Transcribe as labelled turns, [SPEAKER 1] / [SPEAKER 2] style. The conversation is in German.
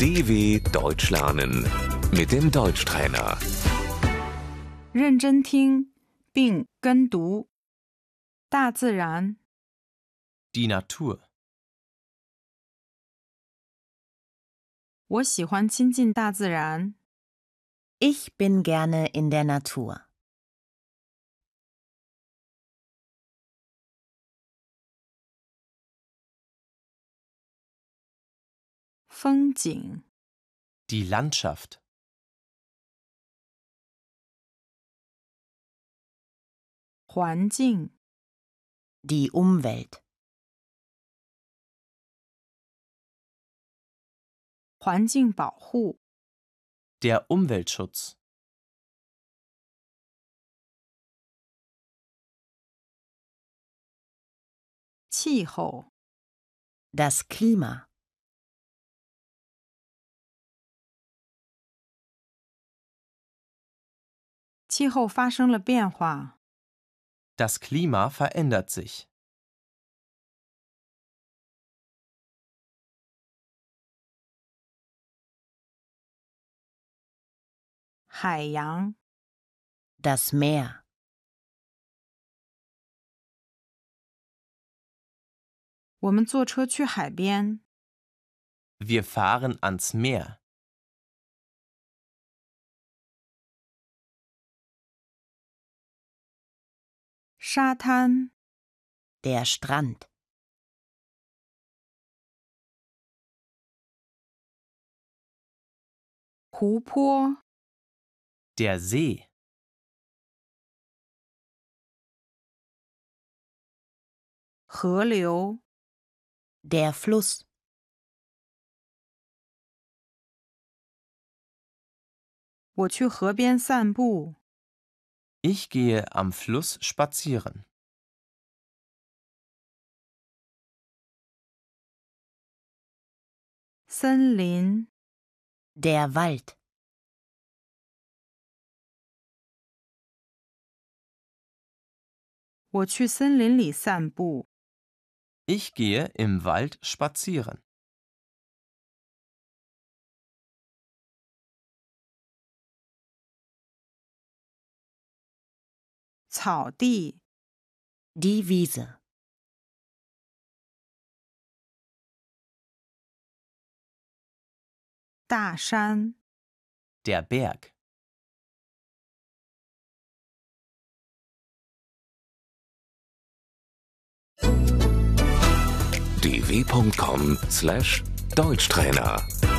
[SPEAKER 1] DW Deutsch lernen mit dem Deutschtrainer.
[SPEAKER 2] 认真听并跟读。大自然，
[SPEAKER 3] Die Natur.
[SPEAKER 2] 我喜欢亲近大自然。
[SPEAKER 4] Ich bin gerne in der Natur.
[SPEAKER 2] 风景，
[SPEAKER 3] Die Landschaft.
[SPEAKER 2] 环境，
[SPEAKER 4] Die Umwelt.
[SPEAKER 2] 环境保护，
[SPEAKER 3] Der Umweltschutz.
[SPEAKER 2] 气候，
[SPEAKER 4] Das Klima.
[SPEAKER 2] 气候发生了变化。
[SPEAKER 3] Das Klima verändert sich.
[SPEAKER 2] 海洋，
[SPEAKER 4] Das Meer.
[SPEAKER 2] 我们坐车去海边。
[SPEAKER 3] Wir fahren ans Meer.
[SPEAKER 2] 沙滩，
[SPEAKER 4] Der Strand.
[SPEAKER 2] 湖泊，
[SPEAKER 3] Der See.
[SPEAKER 2] 河流，
[SPEAKER 4] Der Fluss.
[SPEAKER 2] 我去河边散步。
[SPEAKER 3] Ich gehe am Fluss spazieren.
[SPEAKER 2] 森林，
[SPEAKER 4] Der Wald.
[SPEAKER 2] 我去森林里散步。
[SPEAKER 3] Ich gehe im Wald spazieren.
[SPEAKER 2] 草地，
[SPEAKER 4] Die Wiese.
[SPEAKER 2] 大山，
[SPEAKER 3] Der Berg.
[SPEAKER 1] dw.com/deutschtrainer